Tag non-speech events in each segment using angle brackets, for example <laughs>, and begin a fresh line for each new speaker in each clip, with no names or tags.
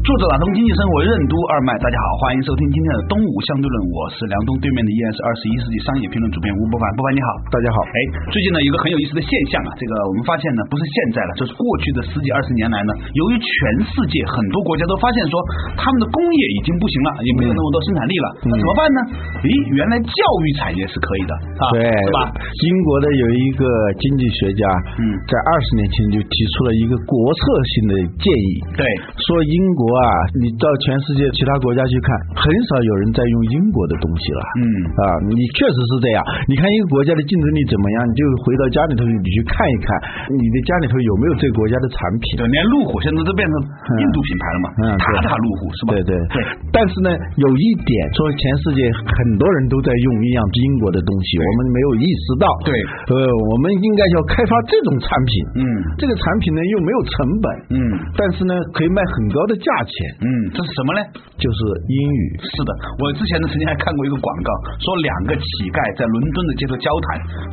作者打通经济生活任督二脉，大家好，欢迎收听今天的东吴相对论，我是梁东，对面的依然 E 是二十一世纪商业评论主编吴伯凡，伯凡你好，大家好。哎，最近呢有一个很有意思的现象啊，这个我们发现呢不是现在了，就是过去的十几二十年来呢，由于全世界很多国家都发现说他们的工业已经不行了，也没有那么多生产力了，那怎么办呢？咦，原来教育产业是可以的啊，
对，
是吧？
英国的有一个经济学家，
嗯
在二十年前就提出了一个国策性的建议，
对，
说英国啊，你到全世界其他国家去看，很少有人在用英国的东西了。
嗯
啊，你确实是这样。你看一个国家的竞争力怎么样，你就回到家里头，你去看一看，你的家里头有没有这个国家的产品。
对，连路虎现在都变成印度品牌了嘛，
嗯对
塔塔路虎是吧？
对对
对，
但是呢，有一点说全世界很多人都在用一样英国的东西，我们没有意识到。
对
呃，我们应该要开发这种产品。
嗯
这个产品呢又没有成本，
嗯
但是呢可以卖很高的价钱，
嗯，这是什么呢？
就是英语。
是的，我之前呢曾经还看过一个广告，说两个乞丐在伦敦的街头交谈，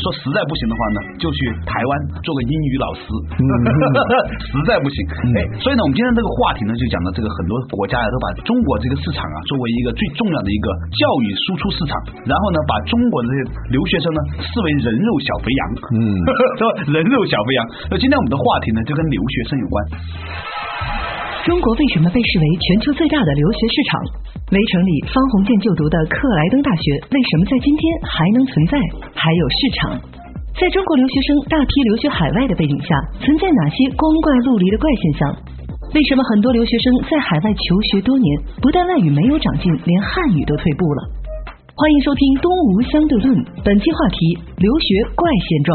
说实在不行的话呢，就去台湾做个英语老师， <laughs> 实在不行，哎，所以呢，我们今天这个话题呢，就讲到这个很多国家呀都把中国这个市场啊作为一个最重要的一个教育输出市场，然后呢，把中国的这些留学生呢视为人肉小肥羊，
嗯
<laughs> 是吧？人肉小肥羊。那今天我们的话题呢，就跟留学生有关。
中国为什么被视为全球最大的留学市场？围城里方鸿渐就读的克莱登大学为什么在今天还能存在，还有市场？在中国留学生大批留学海外的背景下，存在哪些光怪陆离的怪现象？为什么很多留学生在海外求学多年，不但外语没有长进，连汉语都退步了？欢迎收听《东吴相对论》，本期话题：留学怪现状。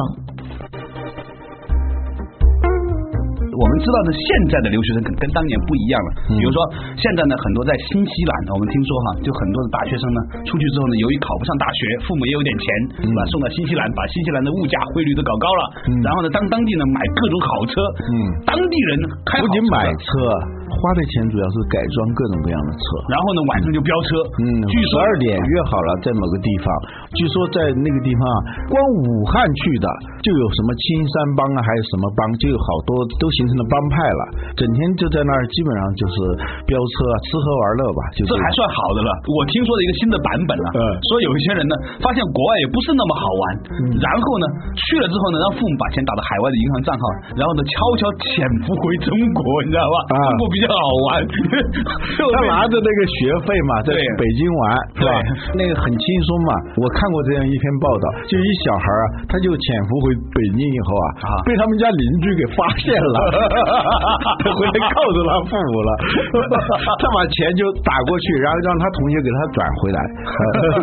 我们知道呢，现在的留学生跟跟当年不一样了。
嗯
比如说，现在呢，很多在新西兰，我们听说哈，就很多的大学生呢，出去之后呢，由于考不上大学，父母也有点钱，
嗯
是吧？送到新西兰，把新西兰的物价、汇率都搞高了，然后呢，当当地呢买各种好车，
嗯
当地人开好
不仅
车
买车，花的钱主要是改装各种各样的车。
然后呢晚上就飙车，
嗯，
据
十
说
二点约好了，在某个地方，据说在那个地方啊，光武汉去的就有什么青山帮啊，还有什么帮，就有好多都形成了帮派了，整天就在那儿，基本上就是飙车啊，吃喝玩乐吧，就
这还算好的了。我听说了一个新的版本了，
嗯
说有一些人呢，发现国外也不是那么好玩，然后呢去了之后呢，让父母把钱打到海外的银行账号，然后呢悄悄潜伏回中国，你知道吧？
啊
中国比较好
<laughs>
玩，
他拿着那个学费嘛，在
对
北京玩是吧？
对
那个很轻松嘛。我看过这样一篇报道，就一小孩啊，他就潜伏回北京以后啊，
啊
被他们家邻居给发
<laughs>
现了，他回来告诉他父母了， <laughs> 他把钱就打过去，然后让他同学给他转回来。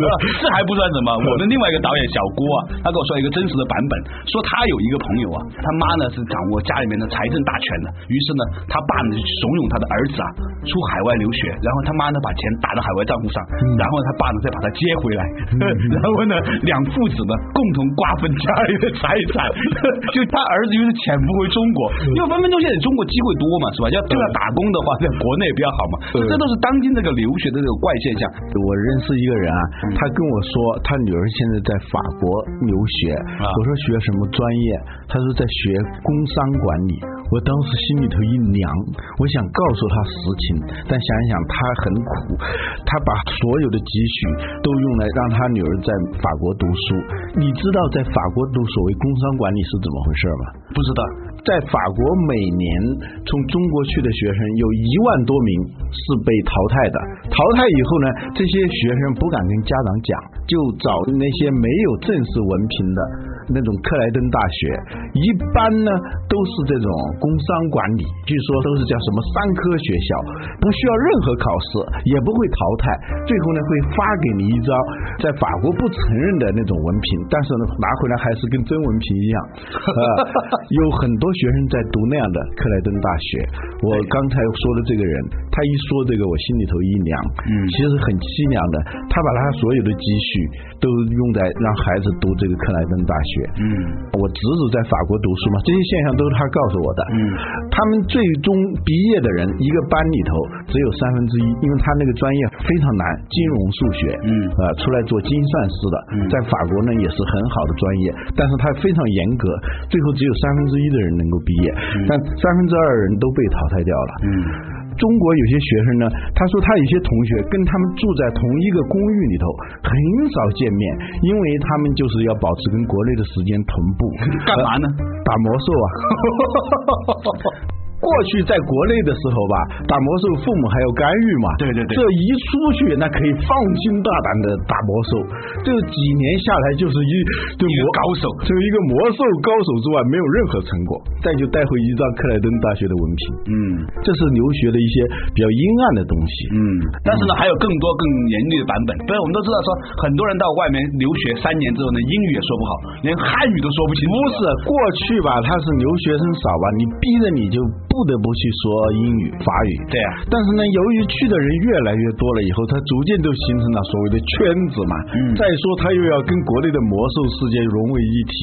<laughs>
<laughs> 这还不算什么，我的另外一个导演小郭啊，他跟我说一个真实的版本，说他有一个朋友啊，他妈呢是掌握家里面的财政大权的，于是呢，他爸呢就怂恿他的儿子啊出海外留学，然后他妈呢把钱打到海外账户上，然后他爸呢再把他接回来， <laughs> 然后呢两父子呢共同瓜分家里的财产， <laughs> 就他儿子就是潜伏回中国，因为分分钟现在中国机会多嘛，是吧？要就要打工的话，在国内比较好嘛，
嗯
这都是当今这个留学的这个怪现象。
我认识一个人啊，他跟我说他女儿现在在法国留学，
啊
我说学什么专业？他说在学工商管理。我当时心里头一凉，我想告诉他实情，但想一想他很苦，他把所有的积蓄都用来让他女儿在法国读书。你知道在法国读所谓工商管理是怎么回事吗？
不知道，
在法国每年从中国去的学生有一万多名是被淘汰的，淘汰以后呢，这些学生不敢跟家长讲，就找那些没有正式文凭的。那种克莱登大学，一般呢都是这种工商管理，据说都是叫什么三科学校，不需要任何考试，也不会淘汰，最后呢会发给你一张在法国不承认的那种文凭，但是呢拿回来还是跟真文凭一样。呃，有很多学生在读那样的克莱登大学。我刚才说的这个人，他一说这个，我心里头一凉。
嗯
其实很凄凉的，他把他所有的积蓄都用在让孩子读这个克莱登大学。
嗯，
我侄子在法国读书嘛，这些现象都是他告诉我的。
嗯，
他们最终毕业的人，一个班里头只有三分之一，因为他那个专业非常难，金融数学。
嗯
呃，出来做精算师的，在法国呢也是很好的专业，但是他非常严格，最后只有三分之一的人能够毕业，但三分之二人都被淘汰掉了。
嗯
中国有些学生呢，他说他有些同学跟他们住在同一个公寓里头，很少见面，因为他们就是要保持跟国内的时间同步。呃
干嘛呢？
打魔兽啊！ <laughs> 过去在国内的时候吧，打魔兽父母还要干预嘛。
对对对
这一出去，那可以放心大胆的打魔兽。这几年下来，就是一就
一个
魔
高手
除一个魔兽高手之外，没有任何成果。再就带回一张克莱登大学的文凭。
嗯
这是留学的一些比较阴暗的东西。
嗯，但是呢，还有更多更严厉的版本。不是，我们都知道说，很多人到外面留学三年之后呢，英语也说不好，连汉语都说不清楚
不
了。
是啊过去吧，他是留学生少吧，你逼着你就不得不去说英语、法语。
对啊
但是呢，由于去的人越来越多了以后，他逐渐就形成了所谓的圈子嘛。
嗯
再说他又要跟国内的魔兽世界融为一体，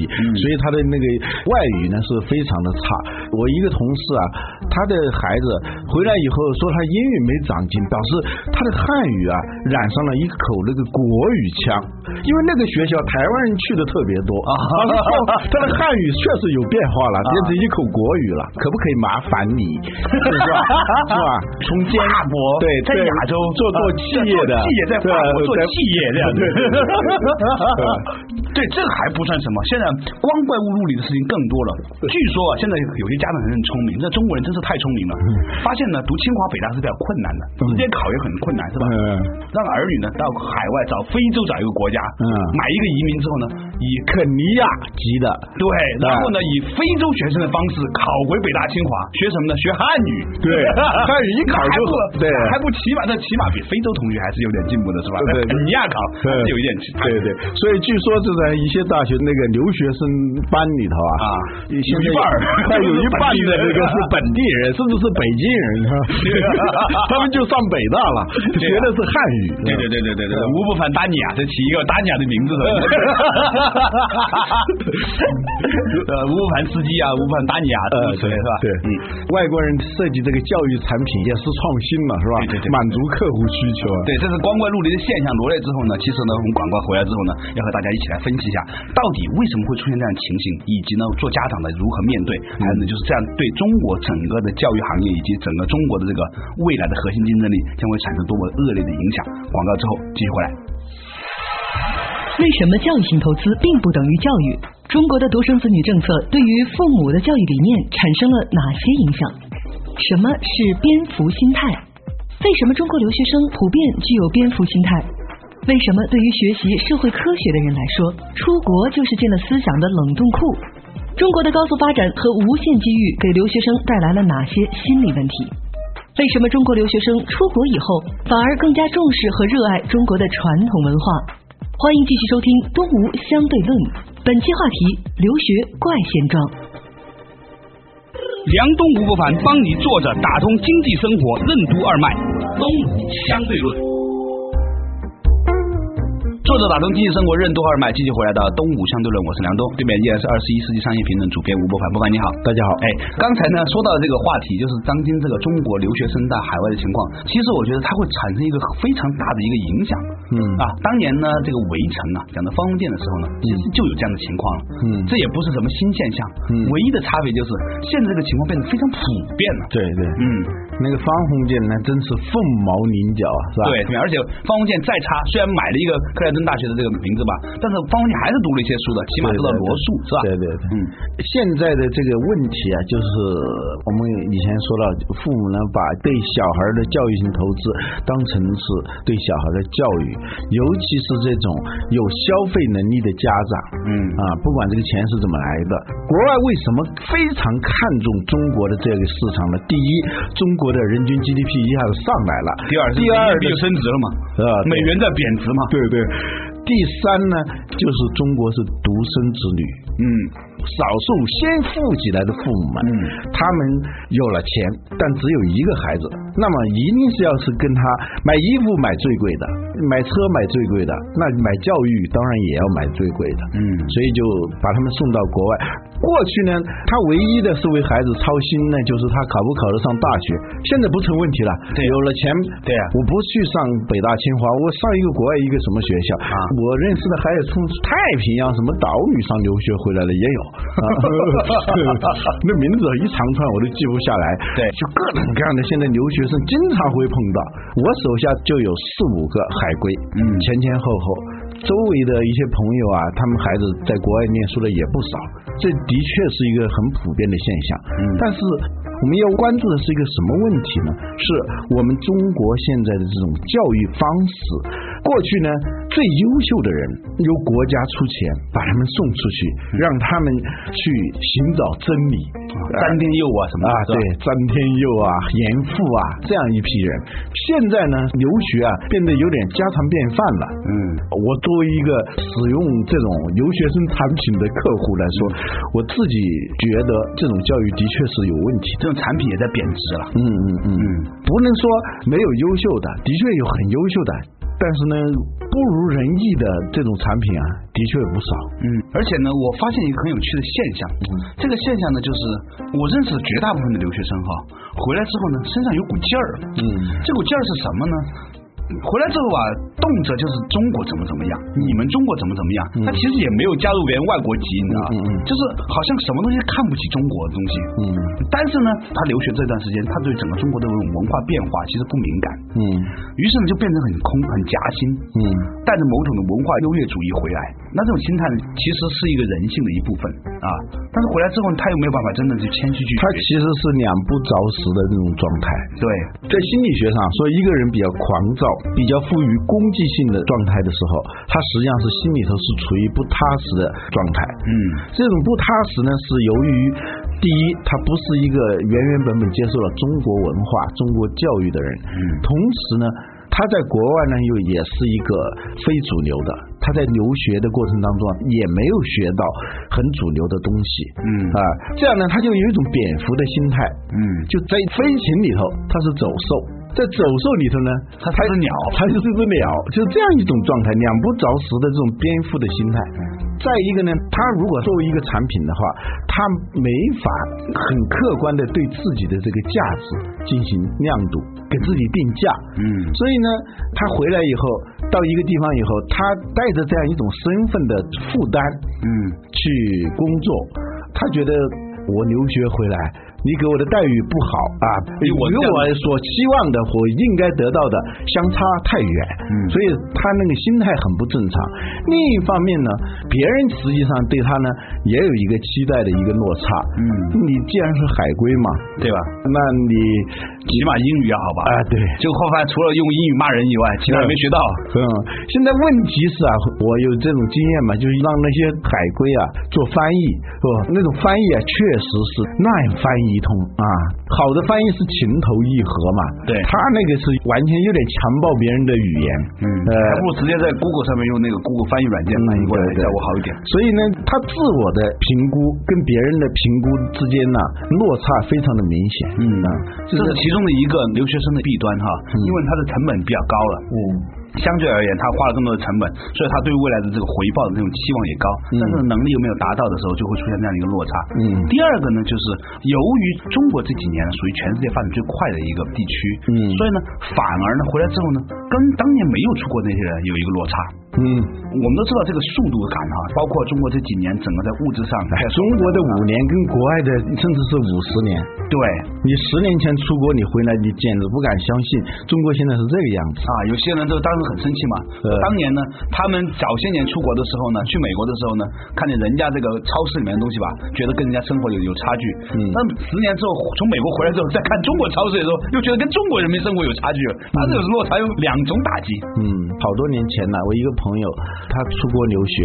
所以他的那个外语呢是非常的差。我一个同事啊，他的孩子回来以后说他英语没长进，表示他的汉语啊染上了一口那个国语腔，因为那个学校台湾人去的特别多
<laughs>
啊，他的汉语确实有变化
啊
了，变成一口国语了，可不可以麻烦你，是吧？
<laughs>
是吧？从
从法国
对，
在
对
亚洲
做做
啊
企业的，
做企业在法国
对
做企业这 <laughs> 样子
对对对对
<laughs> 对，这还不算什么，现在光怪物入里的事情更多了。据说啊，现在有些家长很聪明，这中国人真是太聪明了，发现呢，读清华北大是比较困难的，直接考也很困难，是吧？
嗯
让儿女呢到海外找非洲找一个国家，
嗯
买一个移民之后呢，以
肯尼亚籍的，
对，然后呢，以非洲学生的方式考回北大清华，学什么呢？学汉语。 <laughs>
对汉语一考就
还不
对
还不起码，那起码比非洲同学还是有点进步的，是吧？
对对
肯尼亚考还是有一点进步。
对对，所以据说是在一些大学那个留学生班里头啊，
啊
有
有一半儿
<laughs> 快有一半的这个
是
是本地人，甚至是北京人，是
<laughs>
吧他们就上北大了，
对啊
学的是汉语。
对对对对对对，吴不凡丹尼亚，这起一个丹尼亚的名字
<laughs>
是吧？呃， <laughs> 吴不凡斯基啊，吴不凡丹尼亚，
呃，
之类是吧？
对，
嗯，
外国人设计这个教育产品也是创新嘛，是吧？
对对对
满足客户需求啊。
对，这是光怪陆离的现象罗列之后呢，其实呢，我们广告回来之后呢，要和大家一起来分析一下，到底为什么会出现这样的情形，以及呢，做家长的如何面对，还有呢，就是这样对中国整个的教育行业以及整个中国的这个未来的核心竞争力将会产生多么恶劣的影响。广告之后继续回来。
为什么教育型投资并不等于教育？中国的独生子女政策对于父母的教育理念产生了哪些影响？什么是蝙蝠心态？为什么中国留学生普遍具有蝙蝠心态？为什么对于学习社会科学的人来说，出国就是进了思想的冷冻库？中国的高速发展和无限机遇给留学生带来了哪些心理问题？为什么中国留学生出国以后反而更加重视和热爱中国的传统文化？欢迎继续收听《东吴相对论》，本期话题：留学怪现状。
梁东吴不凡帮你坐着打通经济生活任督二脉，东吴相对论。
作者打通经济生活任督二脉，继续回来到东吴相对论，我是梁东，对面依然是二十一世纪商业评论主编吴伯凡，伯凡你好，
大家好
哎，刚才呢说到这个话题，就是当今这个中国留学生到海外的情况，其实我觉得它会产生一个非常大的一个影响。
嗯
啊，当年呢这个围城啊，讲到方鸿渐的时候呢，其实就有这样的情况了。
嗯
这也不是什么新现象，
嗯
唯一的差别就是现在这个情况变得非常普遍了。
对对，
嗯。
那个方鸿渐呢，真是凤毛麟角啊，是吧？
对，对而且方鸿渐再差，虽然买了一个克莱登登大学的这个名字吧，但是方鸿渐还是读了一些书的，起码知道罗素是吧？
对对对，
嗯，
现在的这个问题啊，就是我们以前说了，父母呢把对小孩的教育性投资当成是对小孩的教育，尤其是这种有消费能力的家长，
嗯
啊，不管这个钱是怎么来的，国外为什么非常看重中国的这个市场呢？第一，中国的人均 GDP 一下子上来了，
第二是
第二
人民币
呢
又升值了嘛，
啊对
美元在贬值嘛，
对对。第三呢，就是中国是独生子女，
嗯，
少数先富起来的父母们，
嗯
他们有了钱，但只有一个孩子，那么一定是要是跟他买衣服买最贵的，买车买最贵的，那买教育当然也要买最贵的，
嗯
所以就把他们送到国外。过去呢，他唯一的是为孩子操心呢，就是他考不考得上大学。现在不成问题了，
对
有了钱，
对啊
我不去上北大清华，我上一个国外一个什么学校
啊
我认识的还有从太平洋什么岛屿上留学回来的也
<laughs>
有，啊那名字一长串我都记不下来。
对
就各种各样的，现在留学生经常会碰到。我手下就有四五个海归，
嗯
前前后后。周围的一些朋友啊，他们孩子在国外念书的也不少，这的确是一个很普遍的现象。
嗯
但是我们要关注的是一个什么问题呢？是我们中国现在的这种教育方式。过去呢，最优秀的人由国家出钱把他们送出去，让他们去寻找真理。
三丁柚嗯啊什么
啊，
的
对，詹天佑啊、严复啊，这样一批人，现在呢，留学啊变得有点家常便饭了。
嗯
我作为一个使用这种留学生产品的客户来说，我自己觉得这种教育的确是有问题的。
这种产品也在贬值了，
嗯嗯嗯
嗯，
不能说没有优秀的，的确有很优秀的，但是呢，不如人意的这种产品啊，的确不少。
嗯，而且呢，我发现一个很有趣的现象，
嗯
这个现象呢，就是我认识的绝大部分的留学生哈，回来之后呢，身上有股劲儿，
嗯
这股劲儿是什么呢？回来之后啊，动辄就是中国怎么怎么样，你们中国怎么怎么样，他其实也没有加入别人外国籍，你知道吧？
嗯嗯嗯嗯
就是好像什么东西看不起中国的东西。
嗯
但是呢，他留学这段时间，他对整个中国的这种文化变化其实不敏感，
嗯
于是呢就变得很空、很夹心。
嗯
带着某种的文化优越主义回来，那这种心态其实是一个人性的一部分啊。但是回来之后，他又没有办法真的去谦虚去
它
学
其实是两不着实的那种状态。
对，
在心理学上说，一个人比较狂躁、比较富于攻击性的状态的时候，他实际上是心里头是处于不踏实的状态。
嗯
这种不踏实呢，是由于第一，他不是一个原原本本接受了中国文化、中国教育的人，同时呢，他在国外呢又也是一个非主流的，他在留学的过程当中啊也没有学到很主流的东西，
嗯
啊，这样呢，他就有一种蝙蝠的心态，
嗯
就在飞禽里头，它是走兽。在走兽里头呢，
它是只鸟
它就是只鸟，就是这样一种状态，两不着实的这种颠覆的心态。
嗯
再一个呢，它如果作为一个产品的话，它没法很客观的对自己的这个价值进行亮度，给自己定价。
嗯
所以呢，他回来以后，到一个地方以后，他带着这样一种身份的负担，
嗯
去工作，他觉得我留学回来，你给我的待遇不好啊，
哎
与
我这样
我所期望的，我应该得到的相差太远，
嗯
所以他那个心态很不正常。另一方面呢，别人实际上对他呢也有一个期待的一个落差，
嗯
你既然是海归嘛，
对吧？
那你
起码英语要好吧？
啊对。
就后来除了用英语骂人以外，其他也没学到。
嗯，现在问题是啊，我有这种经验嘛，就是让那些海归啊做翻译，哦，那种翻译啊，确实是乱翻译一通啊。好的翻译是情投意合嘛，
对
他那个是完全有点强暴别人的语言，呃，
嗯还不如直接在 Google 上面用那个 Google 翻译软件翻译过来，
嗯对对
效果好一点。
所以呢，他自我的评估跟别人的评估之间呢、落差非常的明显，
嗯
啊，
这是其中的一个留学生的弊端哈，因为他的成本比较高了。
嗯
相对而言，他花了更多的成本，所以他对未来的这个回报的那种期望也高，但是能力又没有达到的时候，就会出现这样的一个落差。
嗯
第二个呢，就是由于中国这几年属于全世界发展最快的一个地区，
嗯
所以呢，反而呢回来之后呢，跟当年没有出国那些人有一个落差。
嗯嗯，
我们都知道这个速度感哈、包括中国这几年整个在物质上，还有
哎中国的五年跟国外的甚至是五十年，
对
你十年前出国你回来，你简直不敢相信中国现在是这个样子。
啊，有些人就当时很生气嘛。
呃
当年呢，他们早些年出国的时候呢，去美国的时候呢，看见人家这个超市里面的东西吧，觉得跟人家生活有有差距。
嗯
但十年之后从美国回来之后，再看中国超市的时候，又觉得跟中国人民生活有差距了。他这个落差有两种打击。
嗯，好多年前呢，我一个朋友他出国留学，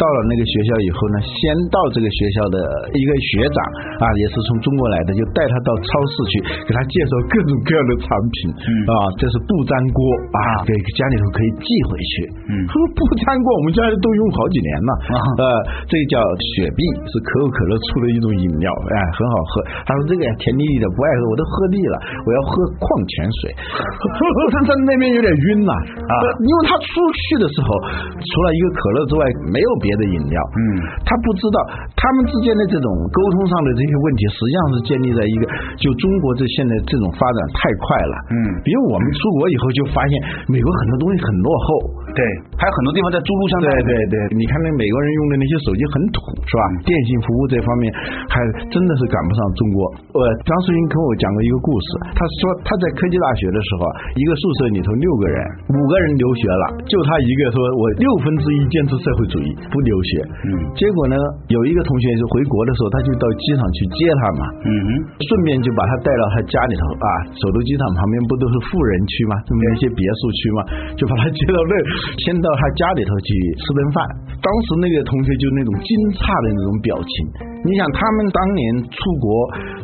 到了那个学校以后呢，先到这个学校的一个学长啊，也是从中国来的，就带他到超市去，给他介绍各种各样的产品、啊，这是不粘锅啊，给家里头可以寄回去。嗯，他说不粘锅，我们家都用好几年了。
啊
呃，这个叫雪碧，是可口可乐出的一种饮料，哎，很好喝。他说这个甜腻腻的不爱喝，我都喝腻了，我要喝矿泉水。 <laughs> 他在那边有点晕了啊，因为他出去的时候，除了一个可乐之外，没有别的饮料。嗯，他不知道他们之间的这种沟通上的这些问题，实际上是建立在一个就中国这现在这种发展太快了。嗯，比如我们出国以后就发现美国很多东西很落后。
对，还有很多地方在猪猪相
对对对，你看那美国人用的那些手机很土，
嗯
是吧？电信服务这方面还真的是赶不上中国。呃，张淑英跟我讲过一个故事，他说他在科技大学的时候，啊一个宿舍里头六个人，五个人留学了，就他一个说我六分之一坚持社会主义不留学。嗯，结果呢，有一个同学就回国的时候，他就到机场去接他嘛。
嗯哼，
顺便就把他带到他家里头啊，首都机场旁边不都是富人区吗？这么一些别墅区吗？就把他接到那儿，先到他家里头去吃顿饭。当时那个同学就那种惊诧的那种表情。你想，他们当年出国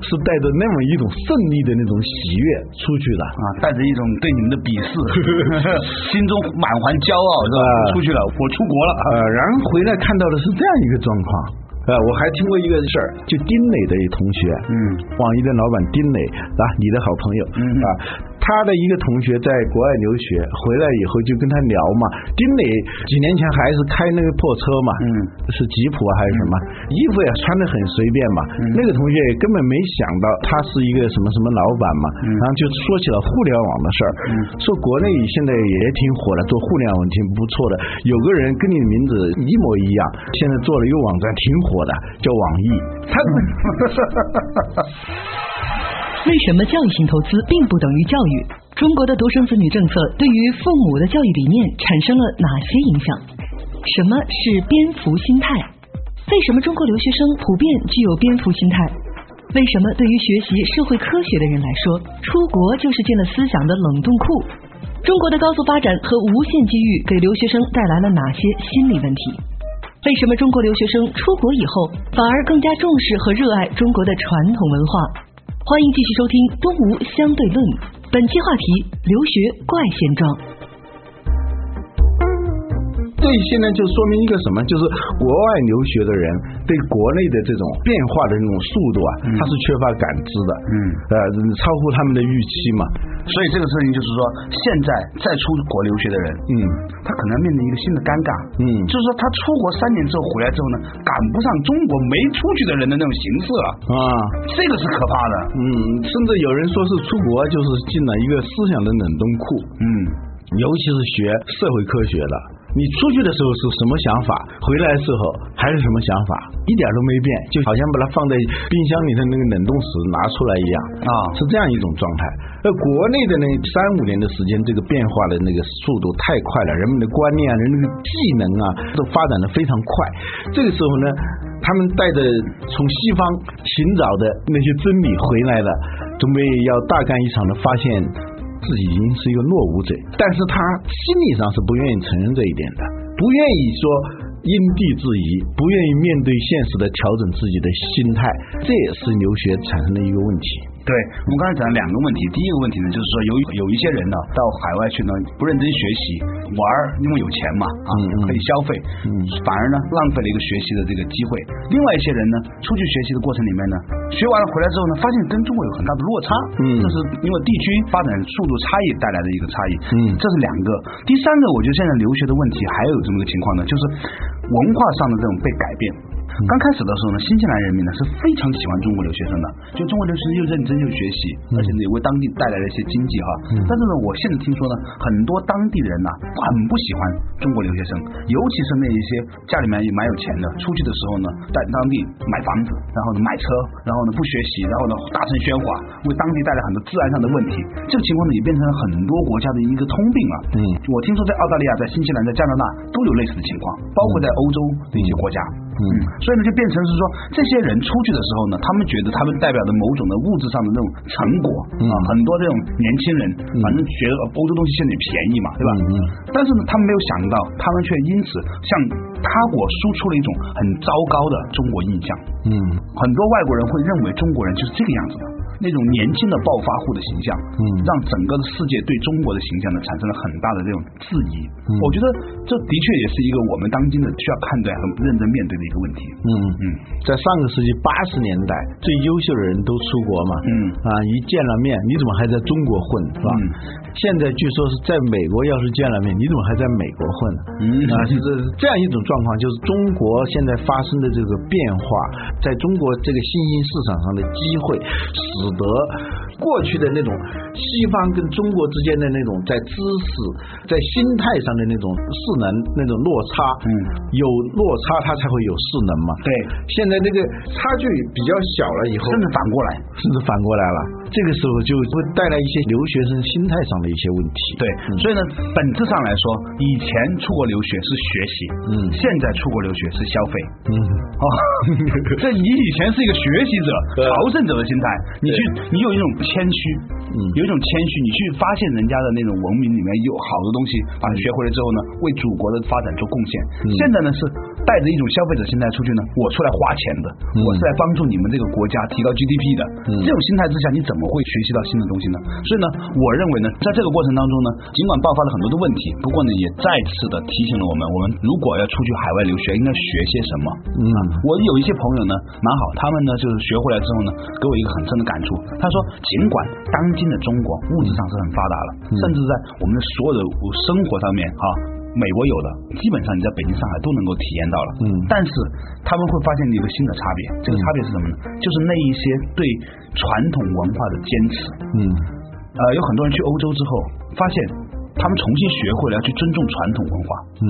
是带着那么一种胜利的那种喜悦出去的，
啊，带着一种对你们的鄙
<laughs>
视，心中满怀骄傲是吧？
啊
我出去了，我出国了。
呃，然后回来看到的是这样一个状况。呃，我还听过一个事儿，就丁磊的一同学，嗯，网易的老板丁磊啊，你的好朋友，嗯啊，他的一个同学在国外留学回来以后，就跟他聊嘛。丁磊几年前还是开那个破车嘛，嗯，是吉普啊还是什么，衣服也穿的很随便嘛。那个同学也根本没想到他是一个什么什么老板嘛，然后就说起了互联网的事儿，说国内现在也挺火的，做互联网挺不错的。有个人跟你的名字一模一样，现在做了一个网站挺火的，叫网易。他嗯
为什么教育型投资并不等于教育？中国的独生子女政策对于父母的教育理念产生了哪些影响？什么是蝙蝠心态？为什么中国留学生普遍具有蝙蝠心态？为什么对于学习社会科学的人来说，出国就是进了思想的冷冻库？中国的高速发展和无限机遇给留学生带来了哪些心理问题？为什么中国留学生出国以后反而更加重视和热爱中国的传统文化？欢迎继续收听《东吴相对论》，本期话题：留学怪现状。
对现在就说明一个什么，就是国外留学的人对国内的这种变化的那种速度啊，他是缺乏感知的，嗯，呃，超乎他们的预期嘛，
所以这个事情就是说，现在再出国留学的人，
嗯，
他可能面临一个新的尴尬，
嗯
就是说他出国三年之后回来之后呢，赶不上中国没出去的人的那种形式了，
啊。
这个是可怕的。
嗯，甚至有人说是出国啊就是进了一个思想的冷冻库，
嗯，
尤其是学社会科学的。你出去的时候是什么想法，回来的时候还是什么想法，一点都没变，就好像把它放在冰箱里的那个冷冻室拿出来一样
啊
是这样一种状态。而国内的那三五年的时间，这个变化的那个速度太快了，人们的观念啊，人们的技能啊，都发展的非常快。这个时候呢，他们带着从西方寻找的那些真理回来了，准备要大干一场的发现自己已经是一个落伍者，但是他心理上是不愿意承认这一点的，不愿意说因地制宜，不愿意面对现实的调整自己的心态，这也是留学产生的一个问题。
对，我们刚才讲了两个问题，第一个问题呢，就是说有有一些人呢，到海外去呢不认真学习，玩儿，因为有钱嘛啊，
嗯嗯
可以消费，反而呢浪费了一个学习的这个机会。另外一些人呢，出去学习的过程里面呢，学完了回来之后呢，发现跟中国有很大的落差，
嗯
这是因为地区发展速度差异带来的一个差异，
嗯
这是两个。第三个，我觉得现在留学的问题还有这么个情况呢，就是文化上的这种被改变。刚开始的时候呢，新西兰人民呢是非常喜欢中国留学生的，就中国留学生又认真又学习，而且呢也为当地带来了一些经济哈。但是呢，我现在听说呢，很多当地人呢很不喜欢中国留学生，尤其是那一些家里面也蛮有钱的，出去的时候呢，在当地买房子，然后呢买车，然后呢不学习，然后呢大声喧哗，为当地带来很多治安上的问题。这个情况呢也变成了很多国家的一个通病啊。
嗯
我听说在澳大利亚、在新西兰、在加拿大都有类似的情况，包括在欧洲的一些国家。
嗯
所以呢，就变成是说，这些人出去的时候呢，他们觉得他们代表的某种的物质上的那种成果、
嗯
啊，很多这种年轻人，反正觉得呃欧洲东西现在也便宜嘛，对吧？
嗯嗯
但是呢，他们没有想到，他们却因此向他国输出了一种很糟糕的中国印象。
嗯
很多外国人会认为中国人就是这个样子的，那种年轻的暴发户的形象，
嗯
让整个的世界对中国的形象呢产生了很大的这种质疑。
嗯
我觉得这的确也是一个我们当今的需要看待和认真面对的一个问题。
嗯嗯
嗯，
在上个世纪八十年代，最优秀的人都出国嘛，
嗯
啊，一见了面，你怎么还在中国混是吧？
嗯
现在据说是在美国，要是见了面，你怎么还在美国混？
嗯
啊，是这这样一种状况，就是中国现在发生的这个变化，在中国这个新兴市场上的机会，使得过去的那种西方跟中国之间的那种在知识、在心态上的那种势能、那种落差，
嗯
有落差它才会有势能嘛。
对，
现在那个差距比较小了以后，
甚至反过来，
甚至反过来了，这个时候就会带来一些留学生心态上的一些问题。
对，嗯所以呢，本质上来说，以前出国留学是学习，
嗯
现在出国留学是消费。
嗯，
哦，
<laughs>
这你以前是一个学习者、朝圣者的心态，你去，你有一种谦虚，
嗯
有一种谦虚，你去发现人家的那种文明里面有好的东西，把它学回来之后
嗯
呢，为祖国的发展做贡献。现在呢是带着一种消费者心态出去呢，我出来花钱的，
嗯
我是来帮助你们这个国家提高 GDP 的。
嗯
这种心态之下，你怎么会学习到新的东西呢？所以呢，我认为呢，在这个过程当中呢，尽管爆发了很多的问题，不过呢，也再次的提醒了我们，我们如果要出去海外留学，应该学些什么。
嗯
我有一些朋友呢，蛮好，他们呢就是学回来之后呢，给我一个很深的感触。他说，尽管当今的中国物质上是很发达了，甚至在我们的所有的生活上面啊。美国有的，基本上你在北京、上海都能够体验到了。
嗯
但是他们会发现有个新的差别，这个差别是什么呢？就是那一些对传统文化的坚持。
嗯
呃，有很多人去欧洲之后，发现他们重新学会了要去尊重传统文化。
嗯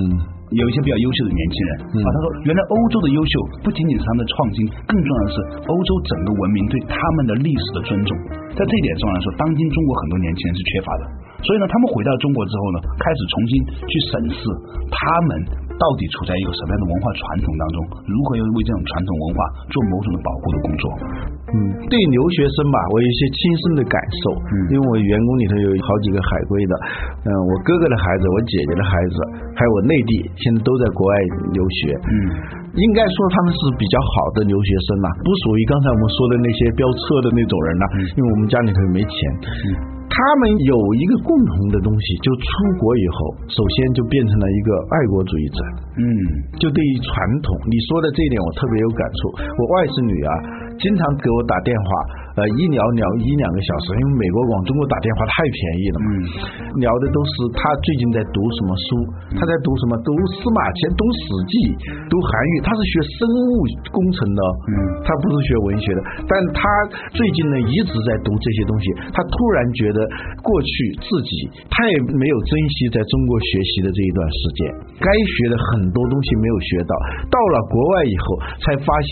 有一些比较优秀的年轻人、
嗯
啊，他说，原来欧洲的优秀不仅仅是他们的创新，更重要的是欧洲整个文明对他们的历史的尊重。在这一点上来说，当今中国很多年轻人是缺乏的，所以呢，他们回到中国之后呢，开始重新去审视他们到底处在一个什么样的文化传统当中，如何要为这种传统文化做某种的保护的工作。
嗯，对留学生吧，我有一些亲身的感受，因为我员工里头有好几个海归的，嗯，我哥哥的孩子，我姐姐的孩子，还有我内地，现在都在国外留学，
嗯
应该说他们是比较好的留学生啦、不属于刚才我们说的那些飙车的那种人呐、因为我们家里头也没钱。他们有一个共同的东西，就出国以后，首先就变成了一个爱国主义者，
嗯
就对于传统。你说的这一点我特别有感触。我外甥女啊，经常给我打电话，呃，一聊聊一两个小时，因为美国往中国打电话太便宜了嘛。
嗯
聊的都是他最近在读什么书，他在读什么，读司马迁，读《史记》，读韩愈，他是学生物工程的，
嗯
他不是学文学的，但他最近呢一直在读这些东西，他突然觉得过去自己太没有珍惜在中国学习的这一段时间，该学的很多东西没有学到，到了国外以后才发现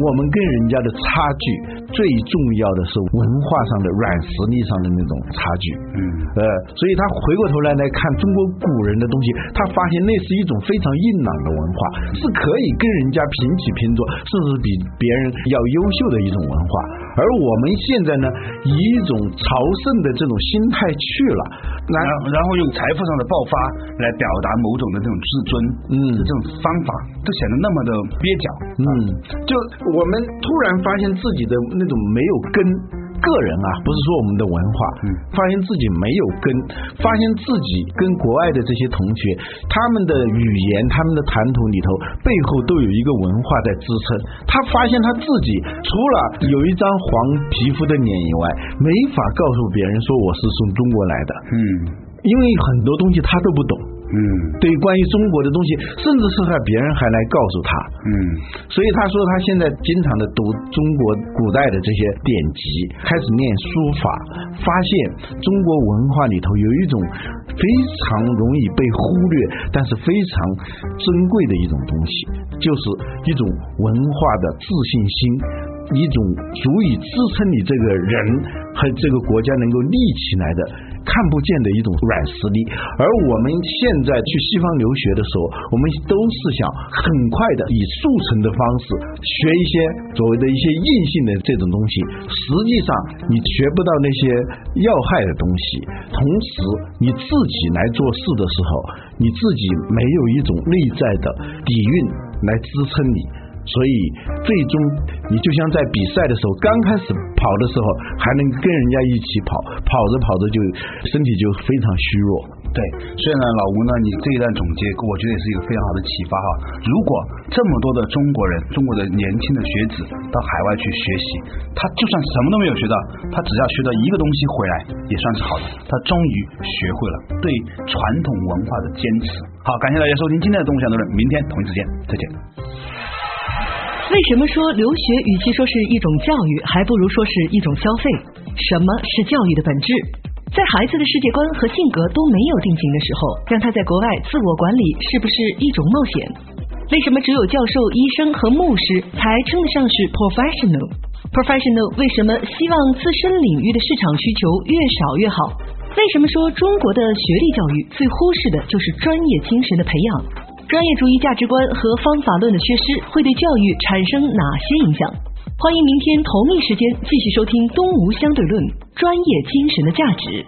我们跟人家的差距最重要的是文化上的软实力上的那种差距，
嗯
呃，所以他回过头来来看中国古人的东西，他发现那是一种非常硬朗的文化，是可以跟人家平起平坐，甚至比别人要优秀的一种文化。而我们现在呢，以一种朝圣的这种心态去了，那
然后然后用财富上的爆发来表达某种的这种自尊，
嗯
这种方法都显得那么的蹩脚。
嗯，就我们突然发现自己的那种没有根。个人啊，不是说我们的文化，发现自己没有根，发现自己跟国外的这些同学，他们的语言、他们的谈吐里头，背后都有一个文化在支撑。他发现他自己除了有一张黄皮肤的脸以外，没法告诉别人说我是从中国来的，
嗯
因为很多东西他都不懂。
嗯嗯
对关于中国的东西，甚至是害别人还来告诉他。
嗯
所以他说他现在经常的读中国古代的这些典籍，开始念书法，发现中国文化里头有一种非常容易被忽略，但是非常珍贵的一种东西，就是一种文化的自信心。一种足以支撑你这个人和这个国家能够立起来的看不见的一种软实力，而我们现在去西方留学的时候，我们都是想很快的以速成的方式学一些所谓的一些硬性的这种东西，实际上你学不到那些要害的东西。同时，你自己来做事的时候，你自己没有一种内在的底蕴来支撑你。所以最终你就像在比赛的时候，刚开始跑的时候还能跟人家一起跑，跑着跑着就身体就非常虚弱。
对，所以呢，老吴呢，你这一段总结，我觉得也是一个非常好的启发哈。如果这么多的中国人，中国的年轻的学子到海外去学习，他就算什么都没有学到，他只要学到一个东西回来，也算是好的。他终于学会了对传统文化的坚持。好，感谢大家收听今天的《动向的论》，明天同一时间再见。
为什么说留学与其说是一种教育，还不如说是一种消费？什么是教育的本质？在孩子的世界观和性格都没有定型的时候，让他在国外自我管理是不是一种冒险？为什么只有教授、医生和牧师才称得上是 professional？professional 为什么希望自身领域的市场需求越少越好？为什么说中国的学历教育最忽视的就是专业精神的培养？专业主义价值观和方法论的缺失会对教育产生哪些影响？欢迎明天同一时间继续收听《东吴相对论：专业精神的价值》。